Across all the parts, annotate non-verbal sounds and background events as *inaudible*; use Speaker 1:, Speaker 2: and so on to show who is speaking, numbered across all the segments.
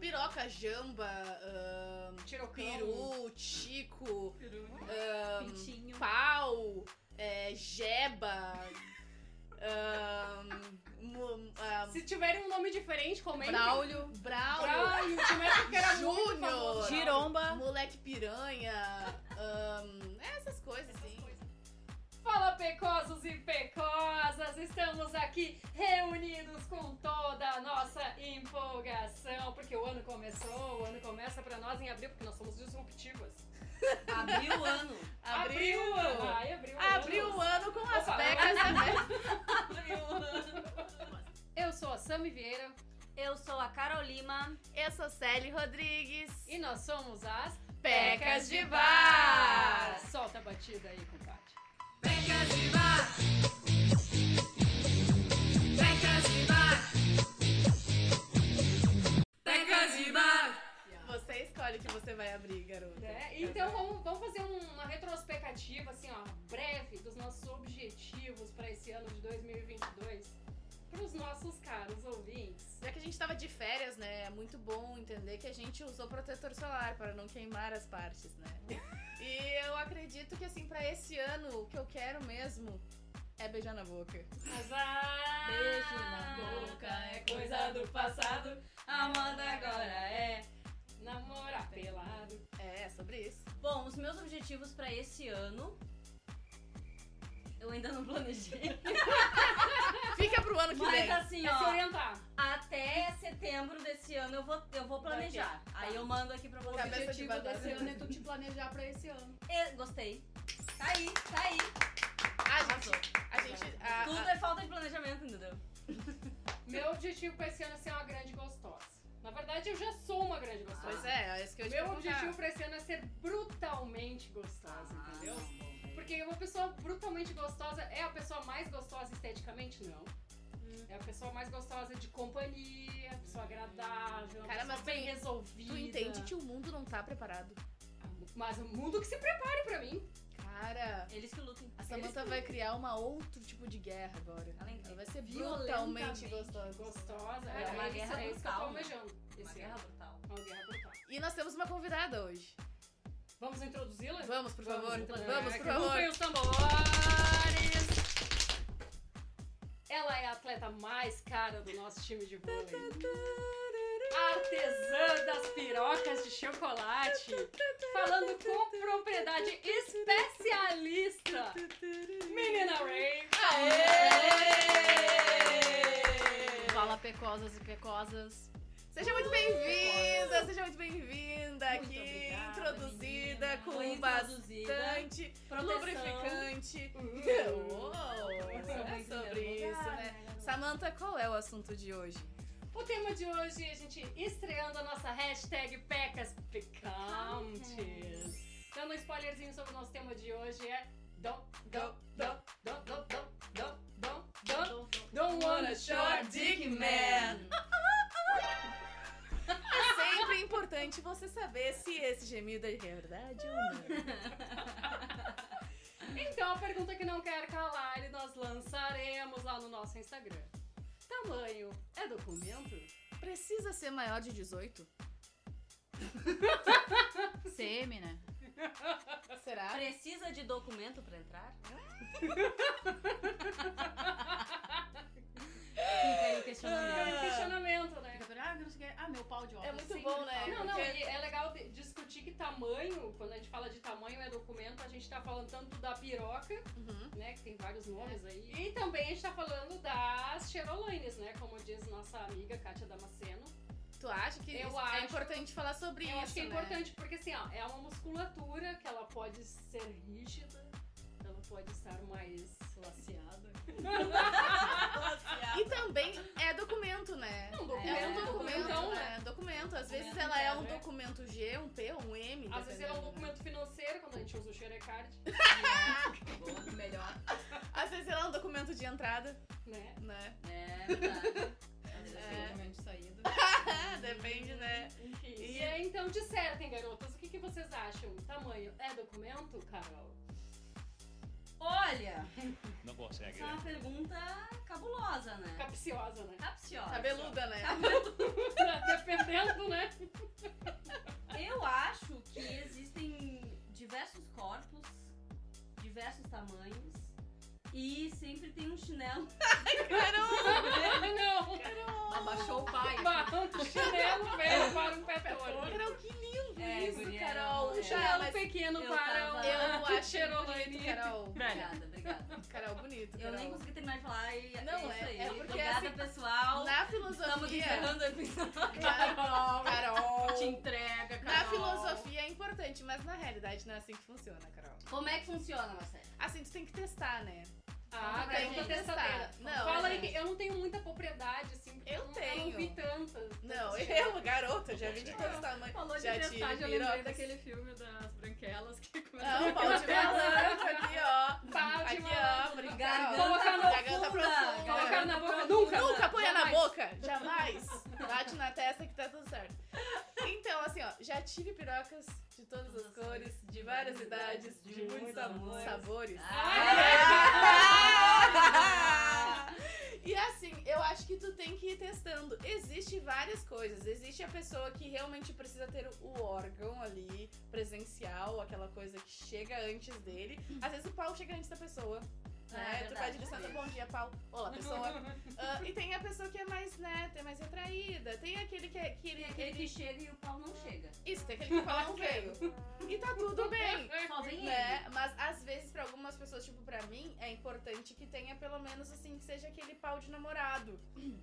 Speaker 1: Piroca, jamba, ahn,
Speaker 2: Tirocão.
Speaker 1: peru, tico,
Speaker 2: Peru.
Speaker 1: ahn,
Speaker 3: Pintinho.
Speaker 1: pau, é, jeba, ahn, mu- ah,
Speaker 2: Se tiverem um nome diferente, comentem.
Speaker 1: braulio, braulio,
Speaker 2: Braulio. Tinha uma que é era muito
Speaker 1: Júnior.
Speaker 2: famoso.
Speaker 4: Giromba.
Speaker 1: moleque piranha, ahn, é, essas coisas assim.
Speaker 2: Fala pecosos e pecosas, estamos aqui reunidos com toda a nossa empolgação, porque o ano começou, o ano começa pra nós em abril, porque nós somos disruptivas.
Speaker 3: Abriu o
Speaker 2: o
Speaker 3: ano.
Speaker 2: ano. Ai, abril.
Speaker 1: Abriu o ano com as
Speaker 2: Opa.
Speaker 1: becas abertas.
Speaker 3: Abriu o ano.
Speaker 2: Eu sou a Sami Vieira
Speaker 3: Eu sou a Carol Lima.
Speaker 1: Eu sou Célia Rodrigues.
Speaker 2: e nós somos as
Speaker 1: Pecas de Bar.
Speaker 2: Solta a batida aí, compadre.
Speaker 3: Pecas de bar.
Speaker 1: Você escolhe o que você vai abrir, garota.
Speaker 2: Né? Então vamos, vamos fazer um- uma retrospectiva, assim, ó, breve dos nossos objetivos pra esse ano de 2022 pros nossos caros ouvintes.
Speaker 1: Já É que a gente tava de férias, né? É muito bom entender que a gente usou protetor solar para não queimar as partes,
Speaker 5: *laughs*
Speaker 1: né? E eu acredito que, assim, pra esse ano, o que eu quero mesmo é beijar na boca.
Speaker 2: Mas ah,
Speaker 3: Beijo na boca é coisa do passado. A moda agora é.
Speaker 2: namorar pelado.
Speaker 1: É, é sobre isso.
Speaker 3: Bom, os meus objetivos pra esse ano. Eu ainda não planejei.
Speaker 1: Fica pro ano *laughs* que
Speaker 3: Mas
Speaker 1: vem.
Speaker 3: assim,
Speaker 2: É se
Speaker 3: ó,
Speaker 2: orientar.
Speaker 3: até setembro desse ano eu vou, eu vou planejar.
Speaker 2: Vai ter.
Speaker 3: Aí eu mando aqui pra
Speaker 1: O
Speaker 3: vocês.
Speaker 1: tá. Cabeça de
Speaker 5: objetivo
Speaker 1: batata.
Speaker 5: desse ano é tu te planejar pra esse ano.
Speaker 3: E- Gostei. Tá aí, tá aí.
Speaker 1: Ah, A gente. A gente a-
Speaker 3: Tudo é falta de planejamento, entendeu?
Speaker 2: Meu objetivo pra esse ano é ser uma grande gostosa. Na verdade, eu já sou uma grande
Speaker 1: a-
Speaker 2: gostosa.
Speaker 3: Ah,
Speaker 1: Pois é, é isso que eu ia te
Speaker 2: Meu
Speaker 1: perguntar.
Speaker 2: objetivo pra esse ano é ser brutalmente
Speaker 3: Ah,
Speaker 2: gostosa, entendeu? Porque uma pessoa brutalmente gostosa é a pessoa mais gostosa esteticamente? Não.
Speaker 1: Hum.
Speaker 2: É a pessoa mais gostosa de companhia, a pessoa agradável, uma
Speaker 1: Cara,
Speaker 2: pessoa
Speaker 1: mas tu-
Speaker 2: bem
Speaker 5: é
Speaker 2: resolvida.
Speaker 1: Ah, Tu entende que o mundo não tá preparado.
Speaker 2: Mas o mundo que se prepare pra mim.
Speaker 1: Cara,
Speaker 3: Eles que lutem.
Speaker 1: a Samantha vai criar uma outro tipo de guerra agora.
Speaker 3: Ela é
Speaker 1: Ela
Speaker 3: incrível.
Speaker 1: vai ser
Speaker 5: Violentamente
Speaker 1: brutalmente gostosa.
Speaker 2: Gostosa.
Speaker 3: É uma
Speaker 2: isso,
Speaker 3: guerra
Speaker 2: é isso que eu tô
Speaker 3: brutal,
Speaker 2: almejando.
Speaker 3: Uma
Speaker 2: esse
Speaker 3: guerra
Speaker 2: ano.
Speaker 3: é brutal.
Speaker 2: Uma guerra brutal.
Speaker 1: E nós temos uma convidada hoje.
Speaker 2: Vamos introduzi-la?
Speaker 1: Vamos, por favor.
Speaker 2: então, né?
Speaker 1: Vamos,
Speaker 2: Que
Speaker 3: É,
Speaker 1: por favor.
Speaker 2: rufem os tambores! Ela é a atleta mais cara do nosso time de vôlei. Artesã das pirocas de chocolate. Falando com propriedade especialista. Menina Ray.
Speaker 4: Fala pecosas e pecosas.
Speaker 1: Seja muito bem-vinda, seja muito bem-vinda
Speaker 3: Muito
Speaker 1: aqui,
Speaker 3: obrigada,
Speaker 1: introduzida
Speaker 3: menina.
Speaker 1: com
Speaker 3: Foi introduzida.
Speaker 1: bastante
Speaker 3: Proteção.
Speaker 1: lubrificante.
Speaker 3: Proteção
Speaker 1: é
Speaker 3: em
Speaker 1: sobre
Speaker 3: primeiro
Speaker 1: isso,
Speaker 3: lugar,
Speaker 1: né?
Speaker 3: né?
Speaker 1: Samantha, qual é o assunto de hoje?
Speaker 2: O tema de hoje, a gente estreando a nossa hashtag Pecas Picantes. Dando um spoilerzinho sobre o nosso tema de hoje é Don't, don't, don't, don't, don't, don't, don't, don't, don't, don't wanna short dick man.
Speaker 1: É sempre importante você saber se esse gemido é verdade ou não.
Speaker 2: Então a pergunta que não quer calar e nós lançaremos lá no nosso Instagram. Tamanho é documento?
Speaker 1: Precisa ser maior de *laughs* 18?
Speaker 4: CM, né?
Speaker 1: Será?
Speaker 3: Precisa de documento pra *laughs* entrar? Fica aí o questionamento.
Speaker 2: É um questionamento, né?
Speaker 5: Ah, não sei o que. Ah, meu pau de óculos.
Speaker 1: É muito
Speaker 5: sempre
Speaker 1: bom, né?
Speaker 5: fala.
Speaker 2: Não, não,
Speaker 1: Porque-
Speaker 2: e é legal de- discutir que tamanho, quando a gente fala de tamanho é documento, a gente tá falando tanto da piroca,
Speaker 1: Uhum.
Speaker 2: né, que tem vários nomes
Speaker 1: É.
Speaker 2: aí, e também a gente tá falando das Cherolaines, né, como diz nossa amiga Kátia Damasceno.
Speaker 1: Tu acha que
Speaker 2: Eu
Speaker 1: isso é
Speaker 2: acho.
Speaker 1: importante falar sobre
Speaker 2: Eu
Speaker 1: isso?
Speaker 2: acho que é
Speaker 1: né?
Speaker 2: importante, porque assim, ó, é uma musculatura que ela pode ser rígida, ela pode estar mais laceada.
Speaker 3: Ah,
Speaker 1: E também é documento, né?
Speaker 2: Não,
Speaker 1: É um
Speaker 2: documento,
Speaker 1: documento,
Speaker 2: documentão, né?
Speaker 1: né? Documento. Às vezes
Speaker 3: Documento
Speaker 1: ela é um
Speaker 2: interno, é.
Speaker 1: documento G, um P, um M.
Speaker 2: Às vezes ela é
Speaker 1: dependendo, né?
Speaker 2: um documento financeiro, quando a gente usa
Speaker 1: *laughs*
Speaker 2: o Xerecard,
Speaker 3: Boa, melhor.
Speaker 1: Às vezes ela é um documento de entrada,
Speaker 2: né?
Speaker 1: né?
Speaker 3: É verdade.
Speaker 5: Às vezes
Speaker 1: É.
Speaker 5: é. momento de saída.
Speaker 1: Ah, depende, né?
Speaker 2: Enfim.
Speaker 1: E-
Speaker 2: E, aí, então, dissertem, garotas, o que, que vocês acham? Tamanho é documento, Carol?
Speaker 3: Olha,
Speaker 6: Não consegue,
Speaker 3: essa é
Speaker 6: né?
Speaker 3: uma pergunta cabulosa, né?
Speaker 2: Capciosa, né? *laughs* Tá
Speaker 3: Capciosa.
Speaker 1: Cabeluda, né? *laughs*
Speaker 2: Dependendo, né?
Speaker 3: um *laughs*
Speaker 2: Ah,
Speaker 3: meu pai.
Speaker 2: Barrão de chinelo
Speaker 1: É.
Speaker 2: velho para um pé torto.
Speaker 1: Carol, que lindo
Speaker 3: É,
Speaker 1: isso,
Speaker 3: guria,
Speaker 1: Carol.
Speaker 3: não, é.
Speaker 1: Tá,
Speaker 2: Chinelo
Speaker 1: mas
Speaker 2: pequeno
Speaker 3: eu
Speaker 2: para
Speaker 3: tava-
Speaker 2: um
Speaker 1: eu
Speaker 2: *laughs*
Speaker 1: acho bonito,
Speaker 2: cheirolairinho.
Speaker 1: Carol.
Speaker 3: Obrigada, obrigada.
Speaker 1: Carol, bonito,
Speaker 3: Eu
Speaker 1: Carol.
Speaker 3: nem consegui terminar de falar e
Speaker 1: é- Não,
Speaker 3: é
Speaker 1: é-
Speaker 3: isso aí.
Speaker 1: é porque
Speaker 3: obrigada,
Speaker 1: assim,
Speaker 3: pessoal.
Speaker 1: Na
Speaker 3: Estamos
Speaker 1: filosofia...
Speaker 3: encerrando o episódio.
Speaker 1: Carol, Carol.
Speaker 4: Te entrega, Carol.
Speaker 1: Na filosofia é importante, mas na realidade não é assim que funciona, Carol.
Speaker 3: Como é que funciona, Marcelo?
Speaker 1: Assim, tu tem que testar, né?
Speaker 2: Ah,
Speaker 1: Pra
Speaker 2: cara, eu
Speaker 1: gente
Speaker 2: tô testadeira.
Speaker 1: testar. Não, é.
Speaker 2: Fala aí que eu não tenho muita propriedade, assim. porque
Speaker 1: Eu
Speaker 2: não- Eu
Speaker 1: tenho.
Speaker 2: não vi tantas. *laughs* Assim,
Speaker 1: Não, é
Speaker 2: tantas
Speaker 1: eu, garota, já vim de todos os tamanhos.
Speaker 4: Falou de
Speaker 1: já
Speaker 4: testar,
Speaker 1: tive
Speaker 4: já lembrei
Speaker 1: pirocas.
Speaker 4: daquele filme das branquelas que começou
Speaker 1: Não, pau de malandro aqui, ó.
Speaker 2: Pau de
Speaker 1: aqui, ó,
Speaker 2: malandro.
Speaker 1: brincar.
Speaker 3: Garganta
Speaker 1: ó.
Speaker 2: Colocar
Speaker 1: Garganta
Speaker 3: profunda.
Speaker 1: profunda.
Speaker 2: Colocar na boca nunca.
Speaker 1: Nunca ponha na
Speaker 2: Jamais.
Speaker 1: boca, jamais. Bate na testa que tá tudo certo. Então, assim, ó, já tive pirocas de todas as cores, de várias idades, de, muitos sabores. sabores. Ah!
Speaker 2: *laughs*
Speaker 1: *laughs* E assim, eu acho que tu tem que ir testando. Existe várias coisas. Existe a pessoa que realmente precisa ter o órgão ali, presencial, aquela coisa que chega antes dele. Às vezes o pau chega antes da pessoa.
Speaker 3: É,
Speaker 1: Né? tu
Speaker 3: verdade,
Speaker 1: pede licença,
Speaker 3: verdade.
Speaker 1: bom dia, pau. Olá,
Speaker 3: *laughs*
Speaker 1: pessoa. Ah, e tem a pessoa que é mais, né, é mais retraída. Tem aquele que é. Que ele,
Speaker 3: Tem aquele que chega e o pau não chega.
Speaker 1: Isso, tem aquele que fala não veio. E tá tudo bem.
Speaker 3: Só vem ele.
Speaker 1: Né? Mas às vezes, pra algumas pessoas, tipo, pra mim, é importante que tenha pelo menos assim, que seja aquele pau de namorado.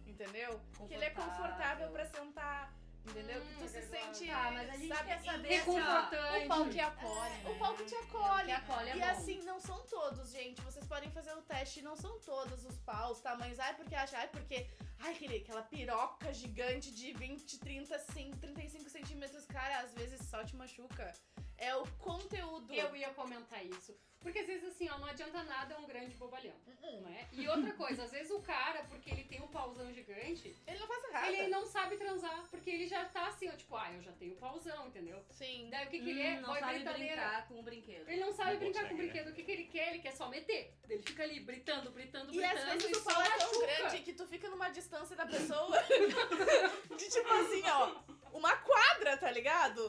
Speaker 1: Entendeu? Que ele é confortável é pra sentar. Entendeu? que
Speaker 2: Hum,
Speaker 1: tu se
Speaker 2: verdade.
Speaker 1: sente.
Speaker 3: Ah, mas a gente
Speaker 1: sabe,
Speaker 3: quer saber
Speaker 1: em-
Speaker 3: se, ó,
Speaker 2: Reconfortante.
Speaker 1: o pau que acolhe. né?
Speaker 3: É,
Speaker 1: é O pau que te
Speaker 3: o que
Speaker 1: acolhe.
Speaker 3: acolhe é
Speaker 1: E
Speaker 3: bom.
Speaker 1: assim, não são todos, gente. Vocês podem fazer o teste. Não são todos os paus, tamanhos. Ai, porque acha. Ai, porque. Ai, aquele, aquela piroca gigante de 20, 30, cin- 35 centímetros. Cara, às vezes só te machuca. É o conteúdo.
Speaker 2: Eu ia comentar isso. Porque às vezes assim, ó, não adianta nada um grande bobalhão,
Speaker 1: Uh-uh.
Speaker 2: né? E outra coisa, às vezes o cara, porque ele tem um pauzão gigante,
Speaker 1: Ele não faz errado.
Speaker 2: ele não sabe transar, porque ele já tá assim, ó, tipo, ah, eu já tenho pauzão, entendeu?
Speaker 1: Sim.
Speaker 2: Daí o que que
Speaker 3: Hum,
Speaker 2: ele é?
Speaker 3: Não
Speaker 2: Boy
Speaker 3: sabe
Speaker 2: britaneira.
Speaker 3: brincar com
Speaker 1: *laughs*
Speaker 3: o brinquedo. Né?
Speaker 2: Ele não sabe
Speaker 6: Não
Speaker 2: brincar com
Speaker 6: consegue, né?
Speaker 2: brinquedo, o que que ele quer? Ele quer só meter. Ele fica ali, britando, britando,
Speaker 1: E às
Speaker 2: britando,
Speaker 1: vezes o
Speaker 2: só
Speaker 1: pau é tão
Speaker 2: machuca.
Speaker 1: grande que tu fica numa distância da pessoa *laughs* de tipo assim, ó, uma quadra, tá ligado?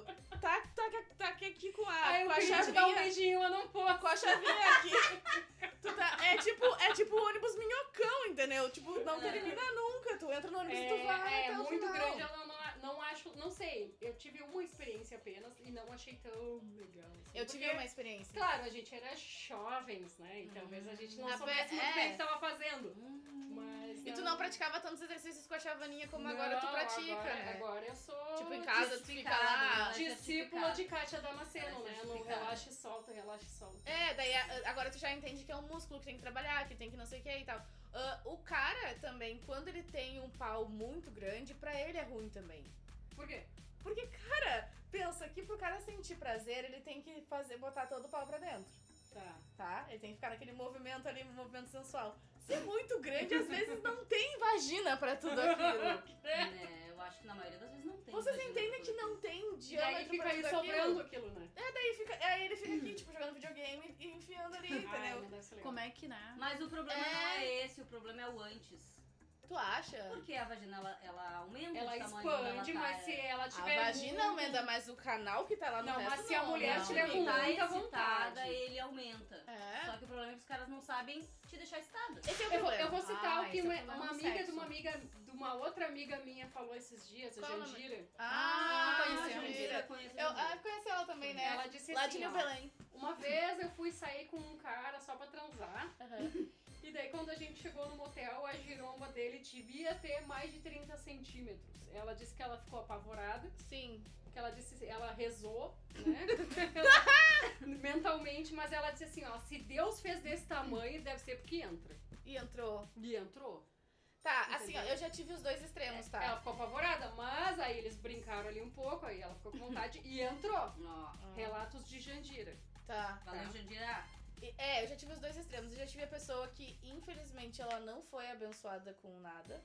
Speaker 1: Tá, tá, tá aqui com a,
Speaker 2: Aí eu
Speaker 1: com a
Speaker 2: queria te dar um
Speaker 1: chavinha.
Speaker 2: beijinho, eu não posso.
Speaker 1: com a chavinha aqui. Tu tá- é tipo é tipo ônibus minhocão, entendeu? Tipo, não termina nunca. Tu entra no ônibus e tu vai
Speaker 2: É, é
Speaker 1: até o
Speaker 2: muito
Speaker 1: final.
Speaker 2: grande, eu não, não, não acho, não sei. Eu tive uma experiência apenas e não achei tão legal. assim,
Speaker 1: Eu tive
Speaker 2: porque,
Speaker 1: uma experiência.
Speaker 2: Claro, a gente era jovens, né? E talvez a gente não
Speaker 1: Ah,
Speaker 2: soubesse
Speaker 1: é. Uhum.
Speaker 2: muito bem o que tava fazendo. Mas
Speaker 1: E tu não praticava tantos exercícios com a chavaninha como agora tu
Speaker 2: Então, Não,
Speaker 1: pratica,
Speaker 2: agora,
Speaker 1: né?
Speaker 2: Agora eu sou
Speaker 1: Tipo, em casa tu fica
Speaker 3: Desficada,
Speaker 1: lá.
Speaker 3: né?
Speaker 2: discípula de Kátia Damasceno,
Speaker 3: Ela é
Speaker 2: né? Não
Speaker 3: certificada.
Speaker 2: relaxa e solta, relaxa e solta.
Speaker 1: É, daí a- agora tu já entende que é um músculo que tem que trabalhar, que tem que não sei o que e tal. Ah, o cara também, quando ele tem um pau muito grande, pra ele é ruim também.
Speaker 2: Por quê?
Speaker 1: Porque, cara, pensa que pro cara sentir prazer, ele tem que fazer, botar todo o pau pra dentro,
Speaker 2: Tá.
Speaker 1: tá? Ele tem que ficar naquele movimento ali, um movimento sensual. Se é muito grande, às vezes não tem vagina pra
Speaker 2: *laughs*
Speaker 1: tudo aquilo.
Speaker 3: Né, Eu acho que na maioria das vezes não tem.
Speaker 1: Vocês
Speaker 3: imagina,
Speaker 1: entendem
Speaker 3: por
Speaker 1: que não tem
Speaker 2: E aí
Speaker 1: diâmetro
Speaker 2: fica
Speaker 1: pra
Speaker 2: aí
Speaker 1: tudo
Speaker 2: sobrando
Speaker 1: aquilo?
Speaker 2: aquilo, né?
Speaker 1: Daí fica, aí ele fica aqui, tipo, jogando videogame e enfiando ali,
Speaker 2: Ai,
Speaker 1: entendeu?
Speaker 2: não deve ser legal.
Speaker 4: Como é que, né?
Speaker 3: Mas o problema
Speaker 1: É.
Speaker 3: não é esse, o problema é o antes.
Speaker 1: Tu acha?
Speaker 3: Porque a vagina, ela, ela aumenta
Speaker 2: Ela
Speaker 3: de tamanho. quando ela
Speaker 2: expande,
Speaker 3: tá-
Speaker 2: mas se ela
Speaker 1: A
Speaker 2: tiver.
Speaker 1: vagina
Speaker 2: muito-
Speaker 1: aumenta, mas o canal que tá lá no
Speaker 2: Não,
Speaker 1: resto
Speaker 2: mas se a mulher
Speaker 3: Não,
Speaker 2: tiver
Speaker 3: se
Speaker 2: com
Speaker 3: tá
Speaker 2: muita
Speaker 3: excitada,
Speaker 2: vontade.
Speaker 3: ele aumenta.
Speaker 1: É.
Speaker 3: Só que o problema é que os caras não sabem te deixar excitada.
Speaker 1: Esse é o
Speaker 2: Eu vou,
Speaker 1: problema.
Speaker 2: eu vou citar
Speaker 4: Ah,
Speaker 2: o que
Speaker 4: esse é
Speaker 2: uma,
Speaker 4: o problema
Speaker 2: uma
Speaker 4: do
Speaker 2: amiga de
Speaker 4: sexo.
Speaker 2: uma amiga de uma outra amiga minha falou esses dias, a
Speaker 1: Qual o nome?
Speaker 2: Jandira.
Speaker 1: Ah,
Speaker 4: Ah,
Speaker 1: conheci a
Speaker 4: Jandira.
Speaker 1: Jandira.
Speaker 3: conheço
Speaker 1: Eu
Speaker 3: Jandira.
Speaker 1: ah, conheci ela também, né?
Speaker 2: Ela disse
Speaker 1: lá de
Speaker 2: assim,
Speaker 1: New
Speaker 2: ó,
Speaker 1: Belém.
Speaker 2: uma vez eu fui sair com um cara só pra transar,
Speaker 1: Aham.
Speaker 2: *laughs* e daí quando a gente chegou no motel, a giromba dele devia ter mais de 30 centímetros. Ela disse que ela ficou apavorada,
Speaker 1: Sim.
Speaker 2: que ela disse, ela rezou, né? *laughs* mentalmente, mas ela disse assim, ó, se Deus fez desse tamanho, deve ser porque entra.
Speaker 1: E entrou.
Speaker 2: E entrou.
Speaker 1: Tá, assim, ó,
Speaker 2: Entendeu?
Speaker 1: eu já tive os dois extremos, tá?
Speaker 2: Ela ficou apavorada, mas aí eles brincaram ali um pouco, aí ela ficou com vontade e entrou.
Speaker 3: Ó,
Speaker 2: Relatos de Jandira.
Speaker 1: Ah, Tá.
Speaker 3: valeu, Jandira.
Speaker 1: E- É, eu já tive os dois extremos. Eu já tive a pessoa que, infelizmente, ela não foi abençoada com nada.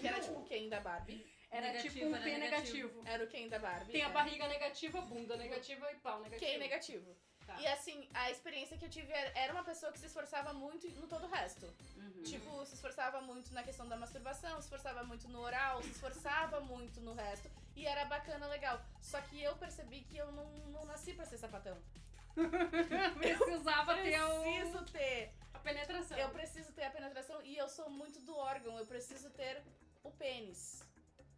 Speaker 1: Que era tipo o Ken da Barbie.
Speaker 2: Era
Speaker 3: Negativo,
Speaker 2: tipo um
Speaker 3: era
Speaker 2: P negativo.
Speaker 3: negativo.
Speaker 1: Era o Ken da Barbie.
Speaker 2: Tem a
Speaker 1: né?
Speaker 2: barriga negativa, bunda negativa e pau negativo.
Speaker 1: Fiquei é negativo.
Speaker 2: Tá.
Speaker 1: E assim, a experiência que eu tive era era uma pessoa que se esforçava muito no todo o resto.
Speaker 2: Hum.
Speaker 3: Uhum.
Speaker 1: Tipo, se esforçava muito na questão da masturbação, se esforçava muito no oral, se esforçava muito no resto. E era bacana, legal. Só que eu percebi que eu não, não nasci pra ser sapatão.
Speaker 2: *laughs* Precisava ter o...
Speaker 1: Preciso ter.
Speaker 2: a penetração.
Speaker 1: Eu preciso ter a penetração e eu sou muito do órgão. Eu preciso ter o pênis.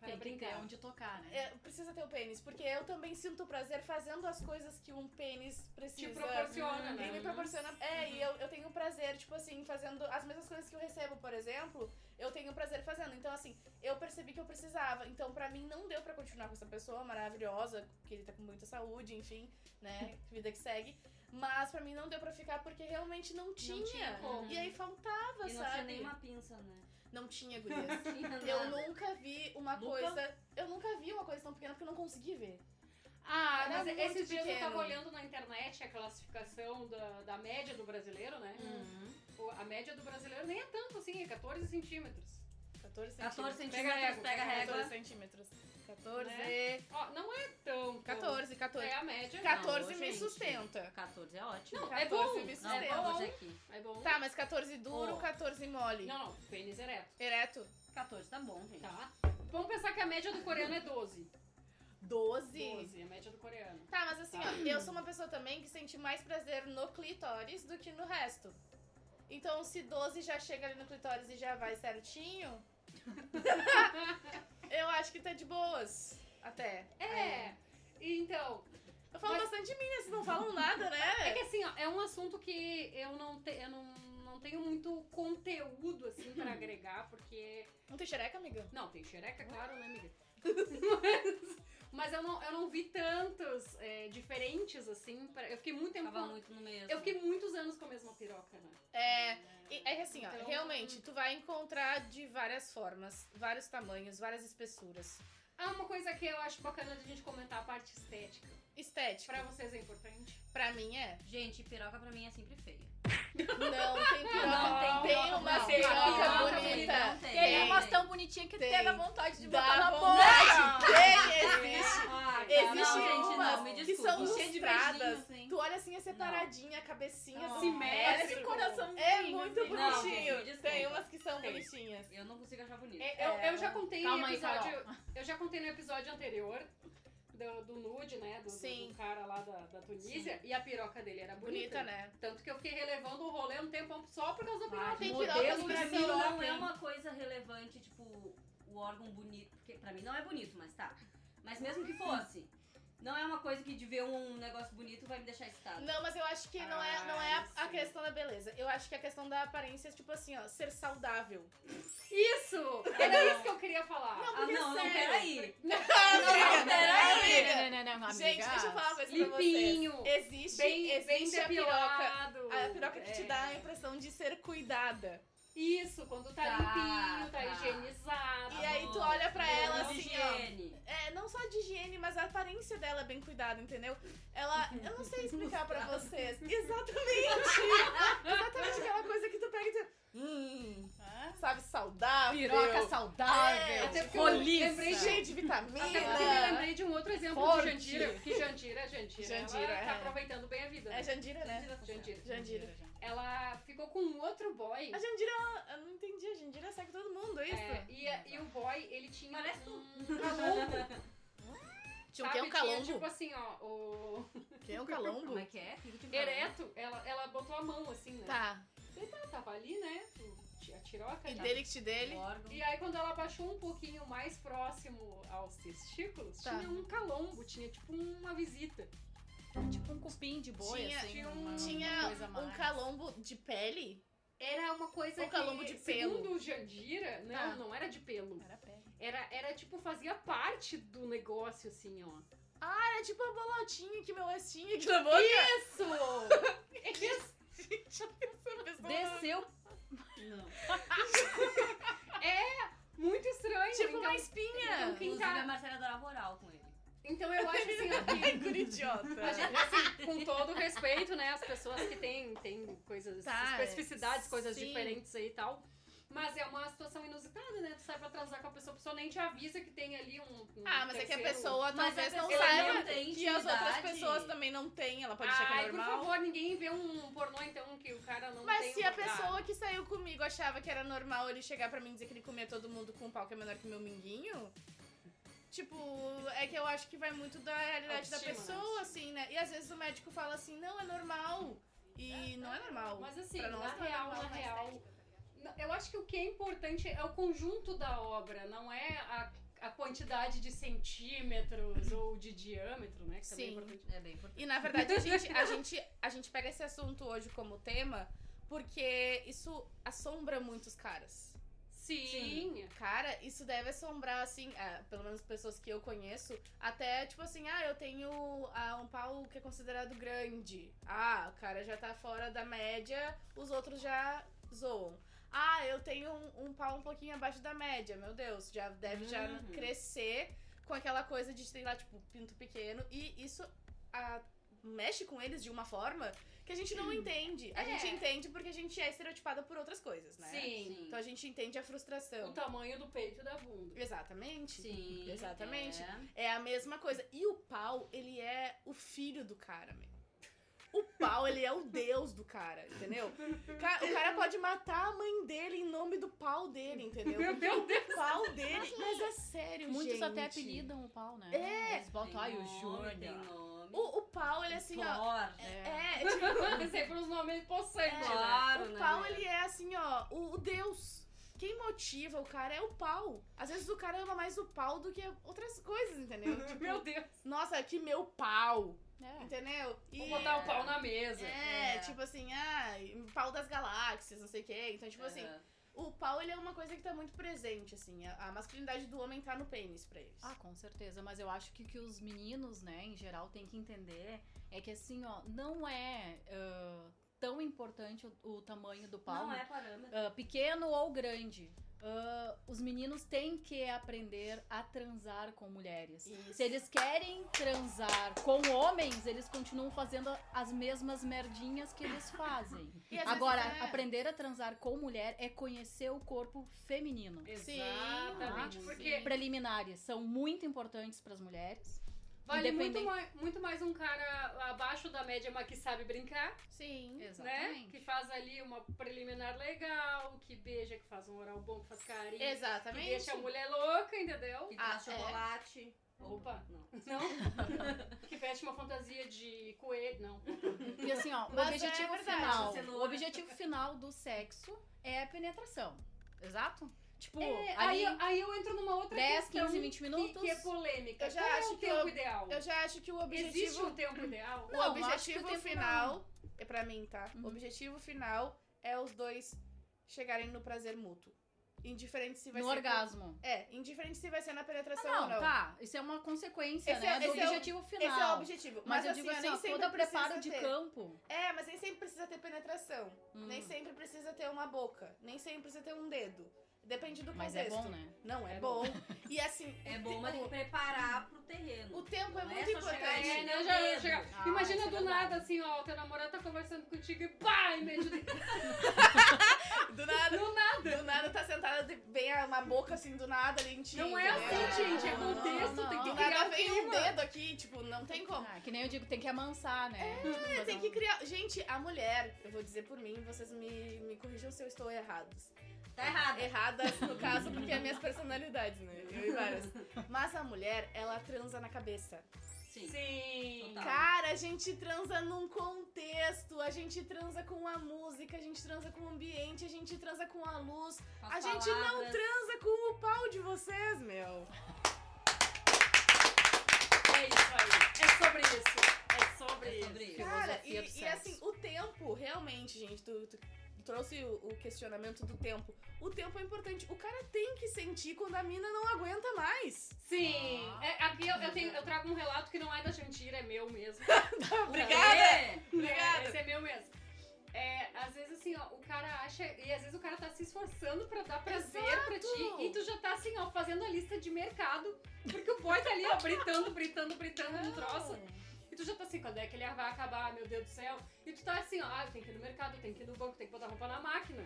Speaker 5: Para brincar.
Speaker 3: brincar.
Speaker 5: onde tocar, né?
Speaker 1: É, precisa ter o pênis, porque eu também sinto prazer fazendo as coisas que um pênis precisa.
Speaker 2: Te proporciona,
Speaker 1: E me
Speaker 3: Uhum.
Speaker 2: né?
Speaker 1: proporciona. É, e eu, eu tenho prazer, tipo assim, fazendo as mesmas coisas que eu recebo, por exemplo, eu tenho prazer fazendo. Então, assim, eu percebi que eu precisava. Então, pra mim, não deu pra continuar com essa pessoa maravilhosa, que ele tá com muita saúde, enfim,
Speaker 3: *laughs*
Speaker 1: né? Vida que segue. Mas pra mim não deu pra ficar porque realmente não tinha.
Speaker 3: tinha como.
Speaker 1: E aí faltava,
Speaker 3: E não
Speaker 1: sabe?
Speaker 3: tinha nenhuma pinça, né?
Speaker 2: *laughs*
Speaker 1: Não
Speaker 3: *laughs*
Speaker 1: tinha, gurias.
Speaker 3: Tinha
Speaker 1: Eu
Speaker 3: nada.
Speaker 1: nunca vi uma
Speaker 3: Nunca?
Speaker 1: coisa. Eu nunca vi uma coisa tão pequena porque eu não consegui ver.
Speaker 2: Ah,
Speaker 1: Era
Speaker 2: mas
Speaker 1: muito
Speaker 2: esses dias eu tava
Speaker 1: pequeno.
Speaker 2: olhando na internet a classificação da, da média do brasileiro, né?
Speaker 3: Hum. Uhum.
Speaker 2: O- A média do brasileiro nem é tanto assim, é 14 centímetros.
Speaker 1: 14 centímetros.
Speaker 3: 14 centímetros,
Speaker 2: Pega a régua,
Speaker 3: pega a régua. Né?
Speaker 1: 14 centímetros. 14.
Speaker 2: Ó, não é tão. tão-
Speaker 1: 14, 14.
Speaker 2: É a média.
Speaker 1: 14 me
Speaker 3: gente.
Speaker 1: sustenta.
Speaker 3: 14 é ótimo.
Speaker 2: Não, é
Speaker 1: 14
Speaker 2: bom.
Speaker 1: me
Speaker 3: Não,
Speaker 1: sustenta.
Speaker 2: é
Speaker 3: vamos aqui.
Speaker 2: É bom.
Speaker 1: Tá, mas 14 duro,
Speaker 3: Ó.
Speaker 1: 14 mole.
Speaker 2: Não, não, pênis ereto.
Speaker 1: Ereto?
Speaker 3: 14 tá bom, gente.
Speaker 2: Tá? Vamos pensar que a média do coreano é 12.
Speaker 1: 12.
Speaker 2: 12, a média do coreano.
Speaker 1: Tá, mas assim,
Speaker 2: Tá.
Speaker 1: ó, eu sou uma pessoa também que sente mais prazer no clitóris do que no resto. Então, se 12 já chega ali no clitóris e já vai certinho, eu acho que tá de boas. Até.
Speaker 2: É. Então,
Speaker 1: Eu falo
Speaker 2: Mas-
Speaker 1: bastante de mim, né? Vocês não falam nada,
Speaker 2: É
Speaker 1: né?
Speaker 2: que assim, ó, é um assunto que eu não, te- eu não, não tenho muito conteúdo, assim,
Speaker 3: *laughs*
Speaker 2: pra agregar, porque...
Speaker 1: Não tem xereca, amiga?
Speaker 2: Não, tem
Speaker 3: Hum.
Speaker 2: xereca, claro, né,
Speaker 3: *laughs*
Speaker 2: amiga? mas mas eu, não, eu não vi tantos é, diferentes, assim, pra- eu fiquei muito tempo...
Speaker 3: Tava
Speaker 2: com-
Speaker 3: muito no assim. mesmo.
Speaker 2: Eu fiquei muitos anos com a mesma piroca, né?
Speaker 1: É. e- É que assim, ó,
Speaker 2: Então-
Speaker 1: realmente, tu vai encontrar de várias formas, vários tamanhos, várias espessuras.
Speaker 2: Ah, uma coisa que eu acho bacana de a gente comentar, a parte estética.
Speaker 1: Estética,
Speaker 2: Pra vocês é importante?
Speaker 1: pra mim é.
Speaker 3: Gente, piroca pra mim é sempre feia.
Speaker 1: Não tem piroca.
Speaker 2: Não,
Speaker 1: tem
Speaker 2: não,
Speaker 1: uma piroca,
Speaker 2: não. Piroca
Speaker 1: bonita.
Speaker 3: bonita, tem.
Speaker 1: E aí,
Speaker 3: Tem.
Speaker 1: umas
Speaker 6: tão bonitinha que
Speaker 1: Tem.
Speaker 6: tem a vontade de
Speaker 1: Dá
Speaker 6: botar na boca.
Speaker 1: vontade. Tem, existe.
Speaker 2: tá.
Speaker 3: Ah,
Speaker 1: Existe
Speaker 3: não,
Speaker 5: É,
Speaker 3: gente,
Speaker 1: umas
Speaker 3: não, me
Speaker 1: que
Speaker 3: desculpa.
Speaker 1: são
Speaker 3: Cheia de
Speaker 1: lustradas.
Speaker 3: beijinhos, hein?
Speaker 1: Tu olha assim, é separadinha, a cabecinha.
Speaker 6: Não.
Speaker 1: assim,
Speaker 2: Simétrico.
Speaker 1: parece um
Speaker 6: coraçãozinho,
Speaker 1: É muito
Speaker 6: assim.
Speaker 3: Não,
Speaker 1: bonitinho.
Speaker 3: gente, me
Speaker 1: tem
Speaker 3: desculpa.
Speaker 1: umas que são
Speaker 2: Tem.
Speaker 1: bonitinhas.
Speaker 3: Eu não consigo achar bonito.
Speaker 2: É, Eu,
Speaker 1: É.
Speaker 2: eu já contei
Speaker 5: Calma
Speaker 2: no
Speaker 5: aí,
Speaker 2: episódio. eu já contei no episódio anterior do, do nude, né? Do, do-
Speaker 1: Sim.
Speaker 2: do cara lá da, da Tunísia. E a piroca dele era bonita.
Speaker 1: Bonita, né?
Speaker 2: Tanto que eu fiquei relevando o rolê um tempão só por causa da
Speaker 3: Ah,
Speaker 2: piroca.
Speaker 1: tem
Speaker 3: modelo
Speaker 1: pirocas que
Speaker 3: pra
Speaker 1: são-
Speaker 3: mim não
Speaker 1: tem.
Speaker 3: é uma coisa relevante, tipo, o órgão bonito, porque pra mim não é bonito, mas tá. Mas mesmo que fosse, não é uma coisa que de ver um negócio bonito vai me deixar excitado.
Speaker 1: Não, mas eu acho que não é, não é a, a
Speaker 2: Ah, sim.
Speaker 1: questão da beleza. Eu acho que a questão da aparência é tipo assim, ó, ser saudável.
Speaker 2: Isso!
Speaker 1: *laughs*
Speaker 2: Era isso que eu queria falar.
Speaker 3: Ah, não, não,
Speaker 1: sério.
Speaker 3: peraí.
Speaker 1: Não,
Speaker 3: peraí.
Speaker 6: Não, não, não, amiga.
Speaker 1: Gente, deixa eu falar uma coisa é
Speaker 2: Limpinho.
Speaker 1: pra vocês. Existe,
Speaker 2: Bem, bem
Speaker 1: existe a piroca.
Speaker 2: depilado.
Speaker 1: A piroca que te
Speaker 2: É.
Speaker 1: dá a impressão de ser cuidada.
Speaker 2: Isso, quando tá,
Speaker 3: Tá,
Speaker 2: limpinho, tá,
Speaker 3: tá.
Speaker 2: higienizado.
Speaker 1: E aí tu olha pra ela
Speaker 3: de
Speaker 1: assim, ó.
Speaker 3: higiene.
Speaker 1: É, não só de higiene, mas a aparência dela é bem cuidada, entendeu? Ela. Eu não sei explicar pra vocês. *laughs* Exatamente! Exatamente aquela coisa que tu pega e tu. Hum, sabe, saudável.
Speaker 6: Piroca saudável.
Speaker 2: Até porque eu
Speaker 6: roliça.
Speaker 2: lembrei de
Speaker 1: Cheio de
Speaker 2: Até porque eu
Speaker 1: vitamina.
Speaker 2: lembrei de um outro exemplo
Speaker 1: é Forte.
Speaker 2: de Jandira, que Jandira é Jandira.
Speaker 1: Jandira,
Speaker 2: ela tá
Speaker 1: é.
Speaker 2: aproveitando bem a vida.
Speaker 1: É Jandira, né?
Speaker 2: Jandira.
Speaker 1: Jandira.
Speaker 2: Ela ficou com um outro boy.
Speaker 1: A Jandira, ela- eu não entendi. A Jandira segue todo mundo, é isso?
Speaker 2: é, e, a- e o boy, ele tinha
Speaker 3: Parece
Speaker 2: um calombo.
Speaker 1: Tinha o
Speaker 2: sabe?
Speaker 1: que? Um calombo?
Speaker 2: Tinha, tipo assim, ó, o
Speaker 1: Que é um
Speaker 3: Como
Speaker 1: calombo?
Speaker 3: é que é? Fica de
Speaker 2: ereto, ela, ela botou a mão assim, né?
Speaker 1: Tá.
Speaker 2: Ela tava ali, né? o- A tiroca.
Speaker 1: E
Speaker 2: tá.
Speaker 1: dele que te dele.
Speaker 3: O órgão.
Speaker 2: E aí quando ela abaixou um pouquinho mais próximo aos testículos,
Speaker 1: Tá.
Speaker 2: tinha um calombo, tinha tipo uma visita.
Speaker 6: Tipo um cupim de boi,
Speaker 1: Tinha-
Speaker 6: assim.
Speaker 2: tinha um-
Speaker 6: uma- uma
Speaker 1: Tinha
Speaker 6: coisa a
Speaker 1: um
Speaker 6: mais.
Speaker 1: calombo de pele?
Speaker 2: Era uma coisa
Speaker 1: Um calombo de
Speaker 2: que,
Speaker 1: pelo.
Speaker 2: segundo o Jandira, não,
Speaker 1: Tá.
Speaker 2: não era de pelo.
Speaker 6: Era pele.
Speaker 2: Era, era tipo, fazia parte do negócio, assim, ó.
Speaker 1: Era tipo a bolotinha que meu ex tinha aqui na boca.
Speaker 2: Isso! É que isso-
Speaker 6: Desceu.
Speaker 2: Muito estranho.
Speaker 1: Tipo
Speaker 2: então,
Speaker 1: uma espinha.
Speaker 2: então quem
Speaker 3: Inclusive, a
Speaker 2: tá...
Speaker 3: Marcela adorava oral com ele.
Speaker 2: Então eu acho assim,
Speaker 1: *laughs*
Speaker 2: ó,
Speaker 1: Ai, guri idiota.
Speaker 2: que a gente, assim, com todo respeito, né, as pessoas que têm, têm coisas,
Speaker 1: Tá,
Speaker 2: especificidades, coisas
Speaker 1: sim.
Speaker 2: diferentes aí e tal. Mas é uma situação inusitada, né? Tu sai pra transar com a pessoa, a pessoa nem te avisa que tem ali um. um
Speaker 1: Ah, mas é que a
Speaker 2: terceiro-
Speaker 1: pessoa
Speaker 3: Mas
Speaker 1: talvez
Speaker 3: a
Speaker 1: não
Speaker 3: pessoa
Speaker 1: saiba
Speaker 3: não tem
Speaker 1: que as outras
Speaker 3: intimidade.
Speaker 1: pessoas também não têm. Ela pode achar que é
Speaker 2: Ah, Ai, por
Speaker 1: normal.
Speaker 2: favor, ninguém vê um pornô então que o cara não tem
Speaker 1: Mas se
Speaker 2: um
Speaker 1: a
Speaker 2: lugar.
Speaker 1: pessoa que saiu comigo achava que era normal ele chegar pra mim e dizer que ele comia todo mundo com um pau que é menor que o meu minguinho. Tipo, é que eu acho que vai muito da realidade da
Speaker 2: Autoestima, né?
Speaker 1: pessoa, assim, né? E às vezes o médico fala assim, não, é normal. E não é normal.
Speaker 2: Mas assim,
Speaker 1: Pra
Speaker 2: na
Speaker 1: nós não é
Speaker 2: real,
Speaker 1: normal,
Speaker 2: na
Speaker 1: mas
Speaker 2: real, N- Eu acho que o que é importante é o conjunto da obra, não é a, a quantidade de centímetros ou de diâmetro, né? Que também é
Speaker 1: Sim.
Speaker 2: importante.
Speaker 3: É bem importante.
Speaker 1: E na verdade a gente,
Speaker 2: *laughs*
Speaker 1: a, gente, a gente pega esse assunto hoje como tema porque isso assombra muitos caras.
Speaker 2: Sim.
Speaker 1: Cara, isso deve assombrar, assim, ah, pelo menos pessoas que eu conheço, até tipo assim, ah, eu tenho ah, um pau que é considerado grande. Ah, o cara já tá fora da média, os outros já zoam. Ah, eu tenho um, um pau um pouquinho abaixo da média, meu Deus, já deve já
Speaker 3: Uhum.
Speaker 1: crescer com aquela coisa de sei lá, tipo, pinto pequeno. E isso ah, mexe com eles de uma forma que a gente não entende. A
Speaker 2: É.
Speaker 1: gente entende porque a gente é estereotipada por outras coisas, né?
Speaker 2: Sim.
Speaker 3: Sim.
Speaker 1: Então a gente entende a frustração.
Speaker 2: O tamanho do peito e da bunda.
Speaker 3: tipo,
Speaker 1: Exatamente.
Speaker 3: Sim.
Speaker 1: Exatamente.
Speaker 3: É.
Speaker 1: É a mesma coisa. E o pau, ele é o filho do cara, meu. O pau, ele é o deus do cara, entendeu? Ca- O cara pode matar a mãe dele em nome do pau dele, entendeu?
Speaker 2: Meu
Speaker 1: Porque
Speaker 2: *laughs* Deus!
Speaker 1: o pau dele. Mas é sério,
Speaker 6: Muitos
Speaker 1: gente.
Speaker 6: até apelidam o pau, né?
Speaker 1: É.
Speaker 6: Eles botam, ai, o Júnior.
Speaker 3: Tem nome.
Speaker 1: O, o pau, ele é assim, ó.
Speaker 3: Thor,
Speaker 1: É,
Speaker 3: né?
Speaker 1: é, tipo,
Speaker 2: Sempre os nomes possantes, né?
Speaker 3: Claro,
Speaker 1: o
Speaker 3: né?
Speaker 1: pau, ele é assim, ó. O, o deus. Quem motiva o cara é o pau. Às vezes o cara ama mais o pau do que outras coisas, entendeu?
Speaker 2: Meu Deus.
Speaker 1: Nossa, que meu pau.
Speaker 6: É.
Speaker 1: Entendeu? E...
Speaker 2: Vou botar o pau na mesa.
Speaker 1: É,
Speaker 3: É.
Speaker 1: tipo assim, ah, pau das galáxias, não sei o quê. Então, tipo
Speaker 6: É.
Speaker 1: assim,
Speaker 3: Aham.
Speaker 1: o pau ele é uma coisa que tá muito presente, assim. A, a masculinidade do homem tá no pênis pra eles.
Speaker 6: Ah, com certeza, mas eu acho que o que os meninos, né, em geral, têm que entender é que assim, ó, não é ah, tão importante o, o tamanho do pau,
Speaker 3: Não é parâmetro.
Speaker 6: ah, pequeno ou grande. Ah, os meninos têm que aprender a transar com mulheres.
Speaker 1: Isso.
Speaker 6: Se eles querem transar com homens, eles continuam fazendo as mesmas merdinhas que eles fazem.
Speaker 1: E *laughs* às vezes,
Speaker 6: Agora,
Speaker 1: é-
Speaker 6: aprender a transar com mulher é conhecer o corpo feminino.
Speaker 1: Sim.
Speaker 2: Exatamente.
Speaker 3: Ah,
Speaker 2: porque
Speaker 6: Preliminares são muito importantes para as mulheres.
Speaker 2: vale muito
Speaker 6: Independente-
Speaker 2: mais, muito mais um cara abaixo da média, mas que sabe brincar,
Speaker 1: Sim.
Speaker 2: né? Que faz ali uma preliminar legal, que beija, que faz um oral bom, que faz carinho. Que
Speaker 1: Exatamente.
Speaker 2: deixa a mulher louca, entendeu?
Speaker 3: Que
Speaker 1: Ah,
Speaker 3: traz
Speaker 1: é.
Speaker 3: chocolate.
Speaker 2: Opa.
Speaker 3: Não.
Speaker 2: Não? que veste uma fantasia de coelho, não.
Speaker 6: E assim, ó, o
Speaker 1: Mas é
Speaker 6: objetivo
Speaker 1: verdade,
Speaker 6: final,
Speaker 3: cenoura.
Speaker 6: o objetivo final do sexo é a penetração. Exato? Tipo,
Speaker 2: É,
Speaker 6: ali
Speaker 2: aí, aí eu entro numa outra
Speaker 6: 10,
Speaker 2: questão
Speaker 6: 15, 20
Speaker 2: que-
Speaker 6: minutos.
Speaker 2: Que, é polêmica.
Speaker 1: Eu já
Speaker 2: Qual é
Speaker 1: acho
Speaker 2: o
Speaker 1: que
Speaker 2: tempo
Speaker 1: eu-
Speaker 2: ideal?
Speaker 1: Eu já acho que o
Speaker 2: Existe
Speaker 1: objetivo.
Speaker 2: um tempo ideal?
Speaker 1: o
Speaker 6: Não, acho que o
Speaker 1: objetivo
Speaker 6: tempo
Speaker 1: final. É pra mim, tá?
Speaker 6: Uhum.
Speaker 1: O objetivo final é os dois chegarem no prazer mútuo. Indiferente se vai
Speaker 6: no
Speaker 1: ser.
Speaker 6: orgasmo.
Speaker 1: É, indiferente se vai ser na penetração
Speaker 6: Não,
Speaker 1: ou não.
Speaker 6: tá. Isso é uma consequência,
Speaker 1: Esse
Speaker 6: né?
Speaker 1: é-
Speaker 6: do
Speaker 1: esse é o-
Speaker 6: objetivo final.
Speaker 1: Esse é o objetivo.
Speaker 6: Mas, eu
Speaker 1: assim,
Speaker 6: digo assim,
Speaker 1: nem
Speaker 6: ó,
Speaker 1: sempre
Speaker 6: todo preparo
Speaker 1: precisa
Speaker 6: de
Speaker 1: ter.
Speaker 6: campo.
Speaker 1: É, mas nem sempre precisa ter penetração.
Speaker 6: Hum,
Speaker 1: Nem sempre precisa ter uma boca. Nem sempre precisa ter um dedo. Depende do
Speaker 6: mas é
Speaker 1: contexto.
Speaker 6: bom, né?
Speaker 1: Não, é,
Speaker 2: É
Speaker 1: bom. *laughs* E assim.
Speaker 3: É
Speaker 1: o
Speaker 3: bom,
Speaker 1: te- *laughs*
Speaker 3: mas tem que
Speaker 1: o,
Speaker 3: preparar pro terreno.
Speaker 1: o tempo é
Speaker 3: Não é
Speaker 1: muito
Speaker 3: só chegar
Speaker 1: importante.
Speaker 3: e-
Speaker 2: É, né? Eu
Speaker 3: Meu
Speaker 2: já- eu
Speaker 3: Deus.
Speaker 2: já-
Speaker 3: Ah,
Speaker 2: Imagina
Speaker 3: isso é
Speaker 2: do
Speaker 3: verdade.
Speaker 2: nada, assim, ó, o teu namorado tá conversando contigo e pá, imediatamente.
Speaker 1: Do nada.
Speaker 2: Do
Speaker 1: nada. Do nada tá sentada, de- vem a- uma boca assim do nada ali em ti.
Speaker 2: Não é
Speaker 1: entendeu?
Speaker 2: assim, gente, é
Speaker 1: Não, não,
Speaker 2: contexto,
Speaker 1: não.
Speaker 2: tem que
Speaker 1: Do
Speaker 2: criar
Speaker 1: nada
Speaker 2: o
Speaker 1: vem um
Speaker 2: clima.
Speaker 1: dedo aqui, tipo, não tem como.
Speaker 6: Ah, que nem eu digo, tem que amansar, né?
Speaker 1: É, tem que criar. Gente, a mulher, eu vou dizer por mim, vocês me, me corrijam se eu estou errados.
Speaker 3: Tá errado.
Speaker 1: Erradas, no caso, porque é minhas personalidades, né? Eu e várias. Mas a mulher, ela transa na cabeça.
Speaker 3: Sim.
Speaker 2: Sim.
Speaker 3: Total.
Speaker 1: Cara, a gente transa num contexto, a gente transa com a música, a gente transa com o ambiente, a gente transa com a luz,
Speaker 3: Com
Speaker 1: a
Speaker 3: as
Speaker 1: gente não
Speaker 3: palavras.
Speaker 1: transa com o pau de vocês, meu.
Speaker 2: É isso aí. É sobre isso. É sobre
Speaker 3: É
Speaker 2: isso.
Speaker 3: sobre isso.
Speaker 1: Cara, e,
Speaker 6: Filosofia do
Speaker 1: e
Speaker 6: sexo.
Speaker 1: assim, o tempo, realmente, gente, tu, tu trouxe o, o questionamento do tempo. O tempo é importante. O cara tem que sentir quando a mina não aguenta mais.
Speaker 2: Sim.
Speaker 1: Ah.
Speaker 2: É, aqui eu, eu tenho- eu trago um relato que não é da Jantira, é meu mesmo.
Speaker 3: É.
Speaker 2: Obrigada. Esse é meu mesmo. É, às vezes assim, ó, o cara acha. E às vezes o cara tá se esforçando pra dar prazer pra ti. E tu já tá assim, ó, fazendo a lista de mercado. Porque o boy tá ali, ó, britando, britando, britando no troço. E tu já tá assim, quando é que ele vai acabar, meu Deus do céu? E tu tá assim, ó, ah, tem que ir no mercado, tem que ir no banco, tem que botar roupa na máquina.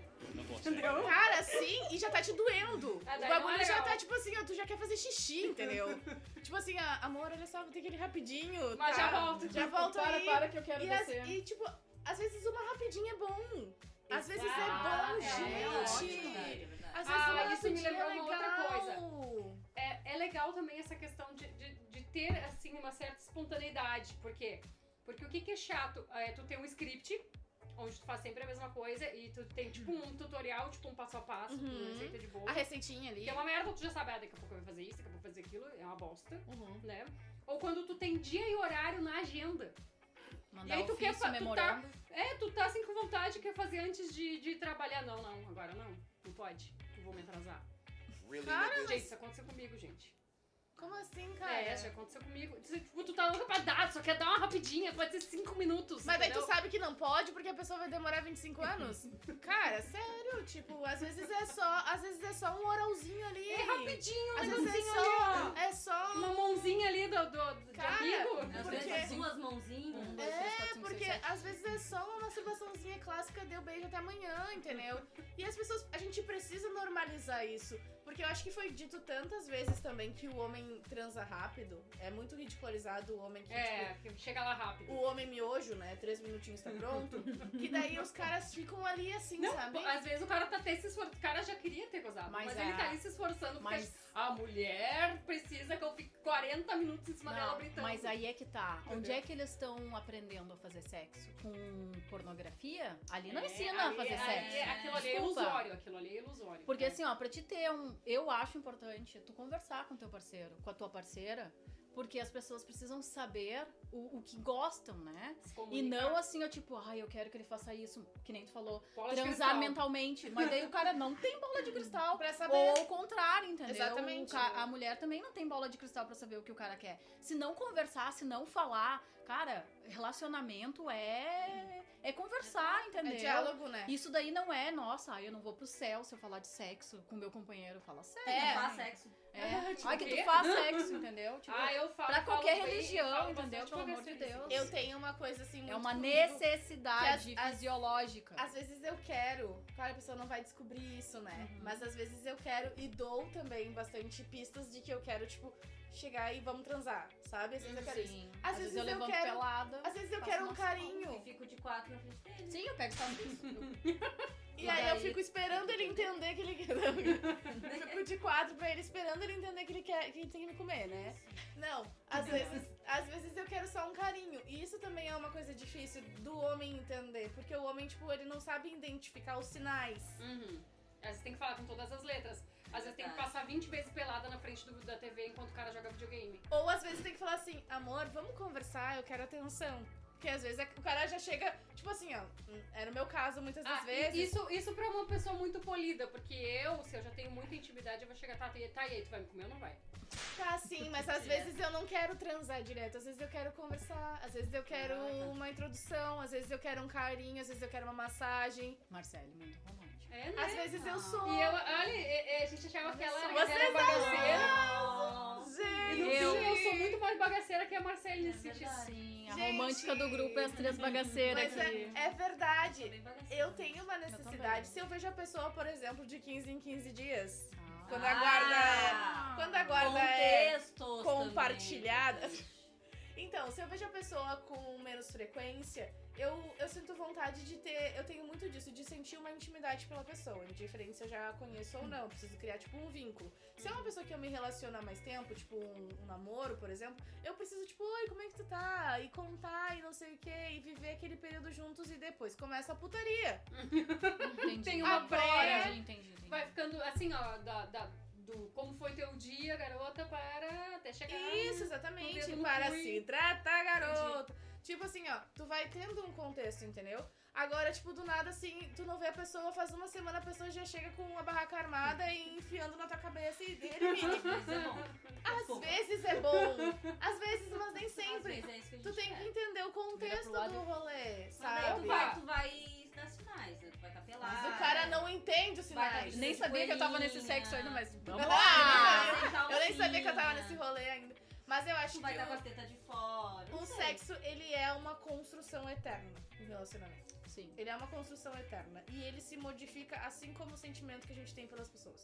Speaker 1: Entendeu? Cara, sim, e já tá te doendo.
Speaker 2: Ah,
Speaker 1: o
Speaker 2: daí não é
Speaker 1: bagulho já
Speaker 2: legal.
Speaker 1: tá, tipo assim, ó, tu já quer fazer xixi,
Speaker 2: *laughs*
Speaker 1: entendeu? tipo assim, ah, amor, olha só, vou ter que ir rapidinho.
Speaker 2: Mas
Speaker 1: tá?
Speaker 2: já volto.
Speaker 1: Já volto
Speaker 5: para,
Speaker 1: aí.
Speaker 5: para que eu quero
Speaker 1: E, as-
Speaker 5: descer.
Speaker 1: e, tipo, às vezes uma rapidinha é bom. Às vezes é
Speaker 2: Exato,
Speaker 1: bom,
Speaker 2: é
Speaker 1: gente.
Speaker 3: ótimo, né? É verdade.
Speaker 1: Às vezes
Speaker 2: Ah,
Speaker 1: uma
Speaker 2: isso me
Speaker 1: rapidinha
Speaker 2: lembrou
Speaker 1: é
Speaker 2: uma outra
Speaker 1: legal.
Speaker 2: é, é legal também essa questão de, de, de ter, assim, uma certa espontaneidade. Por quê? Porque o que, que é chato? É tu ter um script, onde tu faz sempre a mesma coisa e tu tem tipo um tutorial, tipo um passo a passo, com
Speaker 1: Uhum.
Speaker 2: receita de bolo.
Speaker 1: A receitinha ali.
Speaker 2: Que é uma merda, tu já sabe, ah, daqui a pouco eu vou fazer isso, daqui a pouco eu vou fazer aquilo, é uma bosta,
Speaker 1: Uhum.
Speaker 2: né? Ou quando tu tem dia e horário na agenda.
Speaker 6: Mandar
Speaker 2: E aí tu quer
Speaker 6: ofício,
Speaker 2: fa- tu tá-
Speaker 6: memorando.
Speaker 2: É, tu tá assim com vontade, quer fazer antes de, de trabalhar. Não, não, agora não. Não pode. Eu vou me atrasar.
Speaker 7: Really
Speaker 1: Cara,
Speaker 7: nigga?
Speaker 2: Gente, isso aconteceu comigo, gente.
Speaker 1: Como assim, cara?
Speaker 2: É, isso já aconteceu comigo. Tu- Tipo, tu tá louca pra dar, só quer dar uma rapidinha, pode ser cinco minutos.
Speaker 1: Mas daí
Speaker 2: entendeu?
Speaker 1: tu sabe que não pode porque a pessoa vai demorar 25
Speaker 2: *laughs*
Speaker 1: anos. Cara, sério, tipo, às vezes é só, às vezes é só um oralzinho ali.
Speaker 2: É rapidinho, um
Speaker 1: Às vezes é
Speaker 2: negocinho ali,
Speaker 1: só, é só
Speaker 2: ó. Uma mãozinha ali do, do,
Speaker 1: Cara,
Speaker 2: de amigo.
Speaker 3: Às
Speaker 1: Por
Speaker 3: vezes
Speaker 1: quê?
Speaker 3: duas mãozinhas.
Speaker 6: Um, dois, três, quatro, cinco,
Speaker 1: Porque
Speaker 6: seis, sete.
Speaker 1: às vezes é só uma masturbaçãozinha clássica, deu beijo até amanhã, entendeu? E as pessoas, a gente precisa normalizar isso. Porque eu acho que foi dito tantas vezes também que o homem transa rápido. É muito ridicularizado o homem que.
Speaker 2: É, que chega lá rápido.
Speaker 1: tipo, o homem miojo, né? Três minutinhos tá pronto. que daí os caras ficam ali assim,
Speaker 2: Não,
Speaker 1: sabe?
Speaker 2: pô, às vezes o cara tá até se esforçando. O cara já queria ter gozado, mas,
Speaker 6: Mas
Speaker 2: ele
Speaker 6: a-
Speaker 2: tá ali se esforçando. Mas...
Speaker 6: Mas
Speaker 2: A mulher precisa que eu fique 40 minutos em cima dela
Speaker 6: Não,
Speaker 2: brincando.
Speaker 6: mas aí é que tá. Onde
Speaker 2: Entendeu?
Speaker 6: é que eles estão aprendendo a fazer sexo? Com pornografia? Ali não
Speaker 2: É,
Speaker 6: ensina
Speaker 2: ali-
Speaker 6: a fazer
Speaker 2: aí-
Speaker 6: sexo.
Speaker 2: Aquilo ali é
Speaker 6: Desculpa.
Speaker 2: ilusório, aquilo ali é ilusório.
Speaker 6: Porque
Speaker 2: É.
Speaker 6: assim, ó, pra te ter um. Eu acho importante tu conversar com teu parceiro, com a tua parceira, porque as pessoas precisam saber o, o que gostam, né?
Speaker 2: Se
Speaker 6: E
Speaker 2: comunicar.
Speaker 6: não assim, ó, tipo, ai, eu quero que ele faça isso, que nem tu falou,
Speaker 2: Bola de
Speaker 6: transar
Speaker 2: cristal.
Speaker 6: mentalmente. Mas daí o cara não tem bola de cristal.
Speaker 1: *laughs* Pra saber.
Speaker 6: Ou ao contrário, entendeu?
Speaker 1: Exatamente.
Speaker 6: O ca- A mulher também não tem bola de cristal pra saber o que o cara quer. Se não conversar, se não falar, cara, relacionamento é é conversar,
Speaker 1: É
Speaker 6: entendeu?
Speaker 1: diálogo, né?
Speaker 6: Isso daí não é, nossa, ai, eu não vou pro céu se eu falar de sexo com meu companheiro. Fala sério.
Speaker 1: É.
Speaker 3: Não
Speaker 6: né?
Speaker 3: faz sexo.
Speaker 6: É.
Speaker 1: *laughs*
Speaker 2: Ah, tipo,
Speaker 6: Ai, que
Speaker 2: quê?
Speaker 6: tu faz sexo, entendeu? Tipo,
Speaker 2: Ah, eu falo.
Speaker 6: pra
Speaker 2: falo
Speaker 6: qualquer
Speaker 2: bem,
Speaker 6: religião,
Speaker 2: falo
Speaker 6: entendeu?
Speaker 2: bastante
Speaker 6: Pelo
Speaker 2: pra
Speaker 6: amor de
Speaker 2: cacete.
Speaker 6: Deus.
Speaker 1: Eu tenho uma coisa assim muito
Speaker 6: é uma
Speaker 1: comigo.
Speaker 6: necessidade
Speaker 1: que as- as-
Speaker 6: fisiológica.
Speaker 1: Às vezes eu quero, claro, a pessoa não vai descobrir isso, né? Mas às vezes eu quero e dou também bastante pistas de que eu quero, tipo, chegar e vamos transar, sabe? Às vezes eu quero isso.
Speaker 6: Sim.
Speaker 1: Às vezes
Speaker 6: eu
Speaker 1: eu
Speaker 6: levanto
Speaker 1: quero-
Speaker 6: pelada.
Speaker 1: Às vezes eu
Speaker 6: Faço
Speaker 1: quero um
Speaker 6: umas
Speaker 1: carinho.
Speaker 3: E fico de quatro na frente dele.
Speaker 6: Sim, eu pego só isso.
Speaker 1: E aí eu
Speaker 6: daí-
Speaker 1: fico esperando ele entender que ele quer. *laughs* Eu fico de quadro pra ele esperando ele entender que ele quer que ele tem que me comer, né? Não, às vezes, às vezes eu quero só um carinho. E isso também é uma coisa difícil do homem entender. Porque o homem, tipo, ele não sabe identificar os sinais.
Speaker 2: Uhum. Às vezes tem que falar com todas as letras. Às vezes tem que
Speaker 3: Verdade.
Speaker 2: passar 20 vezes pelada na frente do- da TV enquanto o cara joga videogame.
Speaker 1: Ou às vezes tem que falar assim, amor, vamos conversar, eu quero atenção. Porque às vezes é- o cara já chega, tipo assim, ó, hum, era o meu caso muitas das
Speaker 2: Ah,
Speaker 1: vezes.
Speaker 2: e Isso, isso pra uma pessoa muito polida, porque eu, se eu já tenho muita intimidade, eu vou chegar, tá, tá e aí, tu vai me comer ou não vai?
Speaker 1: Tá *laughs* assim, mas às vezes eu não quero transar direto, às vezes eu quero conversar, às vezes eu quero
Speaker 3: Ah, tá.
Speaker 1: uma introdução, às vezes eu quero um carinho, às vezes eu quero uma massagem.
Speaker 6: Marcelo, muito romântico.
Speaker 2: É, né?
Speaker 1: Às vezes Ah. eu sou.
Speaker 2: E eu, olha, é- é, a gente achava que ela
Speaker 1: Você
Speaker 2: era bagaceira.
Speaker 3: Não.
Speaker 2: E no
Speaker 1: Gente,
Speaker 2: fim, eu sou muito mais bagaceira que a Marcele nesse
Speaker 3: É
Speaker 2: sentido.
Speaker 6: Sim, a
Speaker 1: Gente!
Speaker 6: romântica do grupo é as três bagaceiras
Speaker 1: mas
Speaker 6: aqui.
Speaker 1: é, é verdade.
Speaker 3: Bem bagaceira.
Speaker 1: Eu tenho uma necessidade. Se eu vejo a pessoa, por exemplo, de 15 em 15 dias,
Speaker 6: Ah.
Speaker 1: quando a guarda.
Speaker 3: Ah,
Speaker 1: Quando a guarda é.
Speaker 3: Contextos
Speaker 1: compartilhada.
Speaker 3: também, gente.
Speaker 1: Então, se eu vejo a pessoa com menos frequência, eu, eu sinto vontade de ter. Eu tenho muito disso, de sentir uma intimidade pela pessoa. Indiferente se eu já conheço ou não. Preciso criar, tipo, um vínculo. Se é uma pessoa que eu me relaciono há mais tempo, tipo, um, um namoro, por exemplo, eu preciso, tipo, oi, como é que tu tá? E contar e não sei o quê, e viver aquele período juntos e depois começa a putaria.
Speaker 6: Entendi.
Speaker 2: Tem uma
Speaker 1: praia.
Speaker 6: Entendi, entendi, entendi.
Speaker 2: Vai ficando assim, ó, da, da- do como foi teu dia, garota, para até chegar.
Speaker 1: Isso,
Speaker 2: Com o
Speaker 1: exatamente.
Speaker 2: dedo no
Speaker 1: Para
Speaker 2: cu e-
Speaker 1: se tratar, garoto. Tipo assim, ó, tu vai tendo um contexto, entendeu? Agora, tipo, do nada, assim, tu não vê a pessoa, faz uma semana a pessoa já chega com uma barraca armada e enfiando na tua cabeça e
Speaker 3: Às
Speaker 1: dele.
Speaker 3: vezes é bom.
Speaker 1: Às
Speaker 3: Desculpa.
Speaker 1: vezes é bom. Às vezes, mas nem *laughs*
Speaker 3: Às
Speaker 1: sempre.
Speaker 3: vezes é isso que a gente
Speaker 1: Tu tem
Speaker 3: quer.
Speaker 1: que entender o contexto
Speaker 6: Vira pro
Speaker 1: do rolê,
Speaker 3: Mas daí
Speaker 1: sabe?
Speaker 3: tu vai, tu vai nas finais, né? Tu vai estar pelado.
Speaker 1: Mas o cara não entende os
Speaker 3: Vai
Speaker 1: sinais.
Speaker 3: tá-
Speaker 6: Nem sabia que eu tava nesse sexo ainda, mas vamos lá.
Speaker 1: Ah, eu nem sabia que eu tava nesse rolê ainda. Mas eu acho
Speaker 3: Tu
Speaker 1: que
Speaker 3: um vai estar com
Speaker 1: o-
Speaker 3: as tetas de fora. não
Speaker 1: o
Speaker 3: sei.
Speaker 1: sexo, ele é uma construção eterna no relacionamento.
Speaker 6: Sim.
Speaker 1: Ele é uma construção eterna e ele se modifica assim como o sentimento que a gente tem pelas pessoas.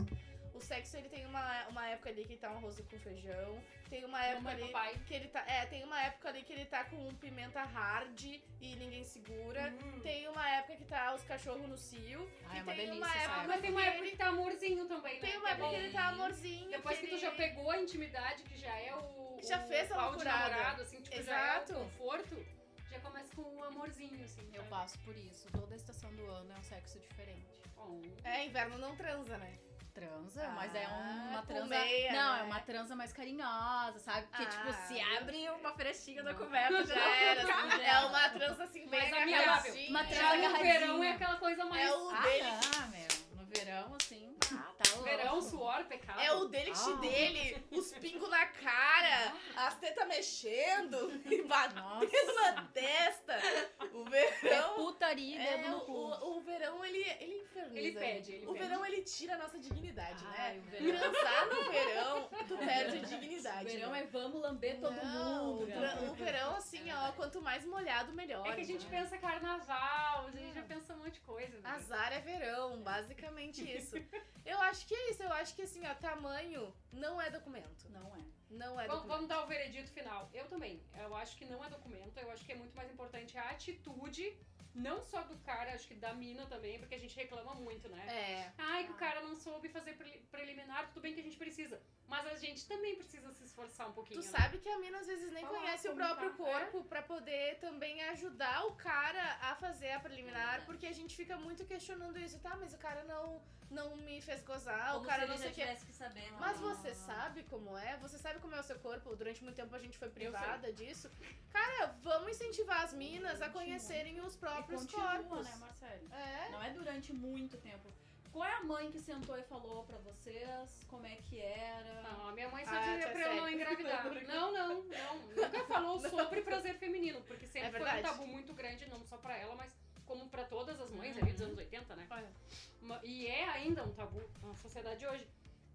Speaker 1: O sexo, ele tem uma, uma época ali que tá um arroz com feijão, tem uma época
Speaker 2: Mamãe,
Speaker 1: ali
Speaker 2: papai.
Speaker 1: que ele tá, é, tem uma época ali que ele tá com um pimenta hard e ninguém segura.
Speaker 2: Uhum.
Speaker 1: Tem uma época que tá os cachorros no cio.
Speaker 6: Ai,
Speaker 1: e
Speaker 6: é uma
Speaker 1: tem
Speaker 6: delícia essa
Speaker 1: época
Speaker 2: Mas tem uma
Speaker 1: que
Speaker 2: época que tá amorzinho também, né?
Speaker 1: Tem uma
Speaker 2: Que é
Speaker 1: época que
Speaker 2: bom.
Speaker 1: ele tá amorzinho.
Speaker 2: Depois que tu
Speaker 1: ele-
Speaker 2: já pegou a intimidade, que já é o.
Speaker 1: Já
Speaker 2: o
Speaker 1: fez a
Speaker 2: pau de
Speaker 1: loucurada.
Speaker 2: namorado, assim, tipo, já é
Speaker 1: Exato.
Speaker 2: o conforto, já começa com um amorzinho, assim.
Speaker 6: Eu
Speaker 2: sabe?
Speaker 6: passo por isso. Toda estação do ano é um sexo diferente.
Speaker 1: É, inverno não transa, né?
Speaker 6: Transa, mas é um- uma
Speaker 1: Ah, com
Speaker 6: transa.
Speaker 1: meia,
Speaker 6: não,
Speaker 1: né?
Speaker 6: é uma transa mais carinhosa, sabe? Porque, tipo,
Speaker 1: Ah,
Speaker 6: se
Speaker 1: eu-
Speaker 6: abre uma frestinha da
Speaker 1: Não.
Speaker 6: coberta
Speaker 2: *laughs*
Speaker 1: Já
Speaker 6: já
Speaker 1: era,
Speaker 6: era.
Speaker 1: assim, é uma trança assim, bem
Speaker 2: Mas
Speaker 1: agarradinha.
Speaker 2: amigável.
Speaker 6: Uma
Speaker 2: Já no
Speaker 6: agarradinha.
Speaker 2: verão é aquela coisa mais...
Speaker 1: É o
Speaker 6: Ah,
Speaker 1: dele.
Speaker 6: tá, meu. No verão, assim, ah, tá louco.
Speaker 2: Verão, suor, pecado.
Speaker 1: É o dele que te
Speaker 6: Ah.
Speaker 1: dele, os pingos na cara, as tetas mexendo *laughs* e batendo na testa. O
Speaker 6: É
Speaker 1: verão.
Speaker 6: putaria e dedo
Speaker 1: É,
Speaker 6: no cu.
Speaker 1: o, o verão, ele, ele inferniza.
Speaker 2: Ele pede, ele
Speaker 1: O
Speaker 2: pede.
Speaker 1: verão, ele tira a nossa dignidade, né?
Speaker 6: Ai, o verão.
Speaker 1: Transar no verão, tu perde a dignidade.
Speaker 6: O verão
Speaker 1: né?
Speaker 6: é vamos lamber todo
Speaker 1: Não,
Speaker 6: mundo.
Speaker 1: o tra- O verão, assim, ó, quanto mais molhado, melhor.
Speaker 2: É que a gente
Speaker 1: né? É.
Speaker 2: pensa carnaval, a gente já pensa um monte de coisa. né?
Speaker 1: Azar é verão, basicamente isso. Eu acho que é isso, eu acho que assim, ó, tamanho não é documento.
Speaker 6: Não é.
Speaker 1: Não é
Speaker 2: Vamos,
Speaker 1: documento.
Speaker 2: vamos dar o veredito final. Eu também. Eu acho que não é documento, eu acho que é muito mais importante a atitude, não só do cara, acho que da mina também, porque a gente reclama muito, né?
Speaker 1: É.
Speaker 2: Ai, que o cara não soube fazer pre- preliminar, tudo bem que a gente precisa. Mas a gente também precisa se esforçar um pouquinho.
Speaker 1: Tu
Speaker 2: né?
Speaker 1: sabe que a mina às vezes nem
Speaker 2: Falar,
Speaker 1: conhece
Speaker 6: tá?
Speaker 1: o
Speaker 2: comentar,
Speaker 1: próprio
Speaker 6: É.
Speaker 1: corpo pra poder também ajudar o cara a fazer a preliminar,
Speaker 3: É.
Speaker 1: porque a gente fica muito questionando isso, tá? Mas o cara não, não me fez gozar, ah,
Speaker 3: Como
Speaker 1: o cara
Speaker 3: se
Speaker 1: não
Speaker 3: ele
Speaker 1: sei o
Speaker 3: já
Speaker 1: quê.
Speaker 3: tivesse que saber. né?
Speaker 1: Mas você sabe como é? Você sabe como é o seu corpo? Durante muito tempo a gente foi
Speaker 2: sei.
Speaker 1: privada disso. Cara, vamos incentivar as minas a conhecerem os próprios
Speaker 6: continua,
Speaker 1: Tá corpos.
Speaker 6: né, Marcelo?
Speaker 1: É.
Speaker 6: Não é durante muito tempo. Qual é a mãe que sentou e falou pra vocês como é que era?
Speaker 2: Não, a minha mãe só
Speaker 1: Ah,
Speaker 2: dizia
Speaker 1: tia
Speaker 2: pra eu não
Speaker 1: Sete. *laughs*
Speaker 2: engravidar. não, não, não. Nunca falou sobre prazer feminino, porque
Speaker 1: É
Speaker 2: sempre foi um
Speaker 1: verdade.
Speaker 2: tabu muito grande, não só pra ela, mas como pra todas as mães ali dos anos 80, né?
Speaker 1: Uhum. Olha.
Speaker 2: Ma- E é ainda um tabu na sociedade hoje.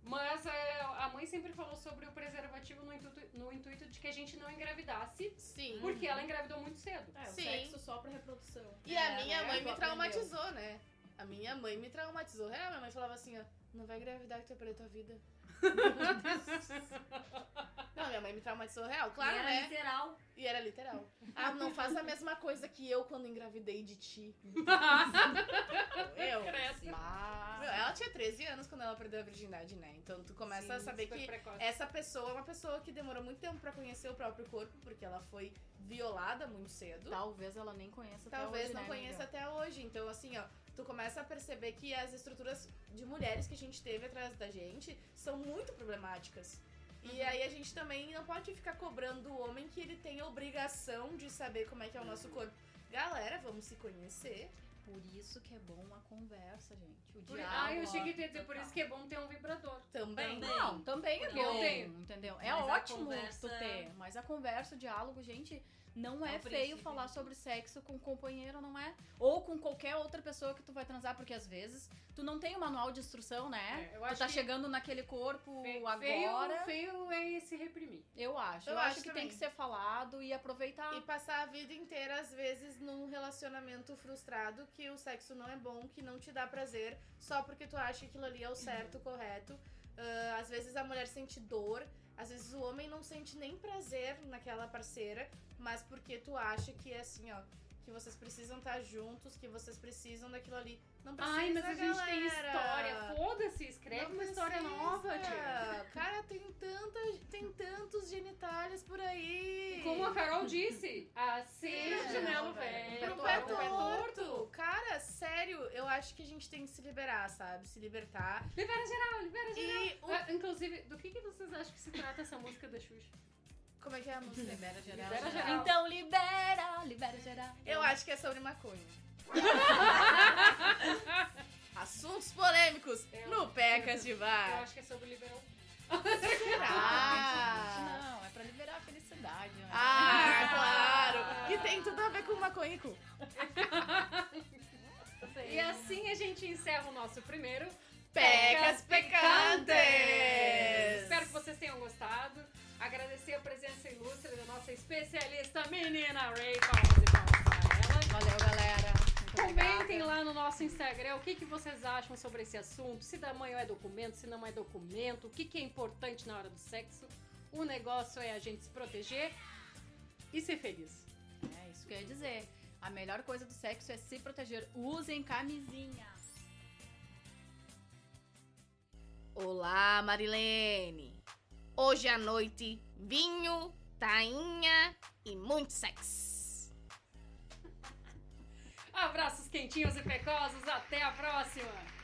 Speaker 2: Mas é, a mãe sempre falou sobre o preservativo no intuito, no intuito de que a gente não engravidasse,
Speaker 1: Sim.
Speaker 2: porque ela engravidou muito cedo.
Speaker 6: É, o
Speaker 1: Sim.
Speaker 6: sexo só pra reprodução.
Speaker 1: E a
Speaker 2: É,
Speaker 1: minha
Speaker 2: né?
Speaker 1: mãe me
Speaker 6: Aprendeu.
Speaker 1: traumatizou, né? A minha mãe me traumatizou. Real, minha mãe falava assim, ó, não vai engravidar que tu é pra tua vida. *laughs* não, minha mãe me traumatizou real, claro,
Speaker 3: e era
Speaker 1: né?
Speaker 3: literal.
Speaker 1: E era literal. Ah, não faça a mesma coisa que eu quando engravidei de ti. *laughs* eu.
Speaker 2: Cresce.
Speaker 1: Meu,
Speaker 6: é,
Speaker 1: ela tinha 13 anos quando ela perdeu a virgindade, né? Então tu começa a saber
Speaker 2: Super
Speaker 1: que
Speaker 2: precoce.
Speaker 1: essa pessoa é uma pessoa que demorou muito tempo pra conhecer o próprio corpo, porque ela foi violada muito cedo.
Speaker 6: Talvez ela nem conheça até
Speaker 1: Talvez
Speaker 6: hoje,
Speaker 1: não
Speaker 6: né,
Speaker 1: conheça
Speaker 6: amiga?
Speaker 1: até hoje. Então, assim, ó, tu começa a perceber que as estruturas de mulheres que a gente teve atrás da gente são muito problemáticas.
Speaker 6: Uhum.
Speaker 1: E aí a gente também não pode ficar cobrando o homem que ele tem a obrigação de saber como é que é o nosso
Speaker 6: Uhum.
Speaker 1: corpo. Galera, vamos se conhecer.
Speaker 6: Por isso que é bom a conversa, gente. O
Speaker 2: Por-
Speaker 6: diálogo.
Speaker 2: ah, eu
Speaker 6: ó.
Speaker 2: achei que ia dizer, por
Speaker 3: total.
Speaker 2: isso que é bom ter um vibrador.
Speaker 1: Também.
Speaker 3: Também.
Speaker 6: Não, também é
Speaker 3: Porque eu
Speaker 6: bom,
Speaker 2: tenho.
Speaker 6: entendeu? É
Speaker 3: Mas a
Speaker 6: ótimo
Speaker 3: conversa-
Speaker 6: tu ter, mas a conversa, o diálogo, gente, não é,
Speaker 3: É um
Speaker 6: feio
Speaker 3: princípio.
Speaker 6: falar sobre sexo com um companheiro, não é? Ou com qualquer outra pessoa que tu vai transar, porque às vezes tu não tem o manual de instrução, né?
Speaker 2: É, eu
Speaker 6: tu
Speaker 2: acho
Speaker 6: tá
Speaker 2: que
Speaker 6: chegando naquele corpo
Speaker 2: fe-
Speaker 6: agora.
Speaker 2: Feio, feio é se reprimir.
Speaker 6: Eu acho.
Speaker 1: Eu
Speaker 6: Eu, acho,
Speaker 1: acho
Speaker 6: que
Speaker 1: também.
Speaker 6: tem que ser falado e aproveitar.
Speaker 1: E passar a vida inteira, às vezes, num relacionamento frustrado que o sexo não é bom, que não te dá prazer, só porque tu acha que aquilo ali é o certo, o correto. Ah, às vezes a mulher sente dor, às vezes o homem não sente nem prazer naquela parceira, mas porque tu acha que é assim, ó. Que vocês precisam estar juntos, que vocês precisam daquilo ali. Não precisa,
Speaker 2: Ai, mas a gente tem
Speaker 1: Tá galera.
Speaker 2: história. Foda-se, escreve
Speaker 1: Não
Speaker 2: uma história
Speaker 1: precisa.
Speaker 2: nova, tia.
Speaker 1: Cara, tem, tanta, tem tantos genitários por aí.
Speaker 2: E como a Carol disse, acende o
Speaker 1: Sim.
Speaker 2: chinelo
Speaker 1: Pro
Speaker 2: velho.
Speaker 1: pé
Speaker 2: Pro pé torto.
Speaker 1: torto. Cara, sério, eu acho que a gente tem que se liberar, sabe? Se libertar.
Speaker 2: Libera geral, libera geral.
Speaker 1: E o...
Speaker 2: Ah, inclusive, do que, que vocês acham que se trata essa música da Xuxa?
Speaker 1: Como é que é a música?
Speaker 6: Libera geral.
Speaker 2: Libera geral.
Speaker 6: Então libera, libera geral.
Speaker 1: Eu acho que é sobre
Speaker 2: *laughs*
Speaker 1: maconha. Assuntos polêmicos
Speaker 2: Eu-
Speaker 1: no Pecas de
Speaker 2: Eu
Speaker 1: Bar.
Speaker 2: acho é que é sobre liberal.
Speaker 1: Será?
Speaker 6: Não, é pra liberar a felicidade. né?
Speaker 1: Ah, claro! Que tem tudo a ver com maconha e cu.
Speaker 2: E assim a gente encerra o nosso primeiro.
Speaker 1: Pecas
Speaker 2: Espero que
Speaker 1: Pecantes!
Speaker 2: vocês tenham gostado. Agradecer a presença ilustre da nossa especialista, menina Ray Palmas e palmas pra ela.
Speaker 6: Valeu, galera. Muito
Speaker 2: Comentem
Speaker 6: obrigada.
Speaker 2: lá no nosso Instagram o que, que vocês acham sobre esse assunto. Se tamanho é documento, se não é documento, o que, que é importante na hora do sexo. O negócio é a gente se proteger e ser feliz.
Speaker 6: É isso que eu ia dizer. A melhor coisa do sexo é se proteger. Usem camisinha.
Speaker 1: Olá, Marilene! Hoje à noite, vinho, tainha e muito sexo.
Speaker 2: Abraços quentinhos e pecosos, até a próxima!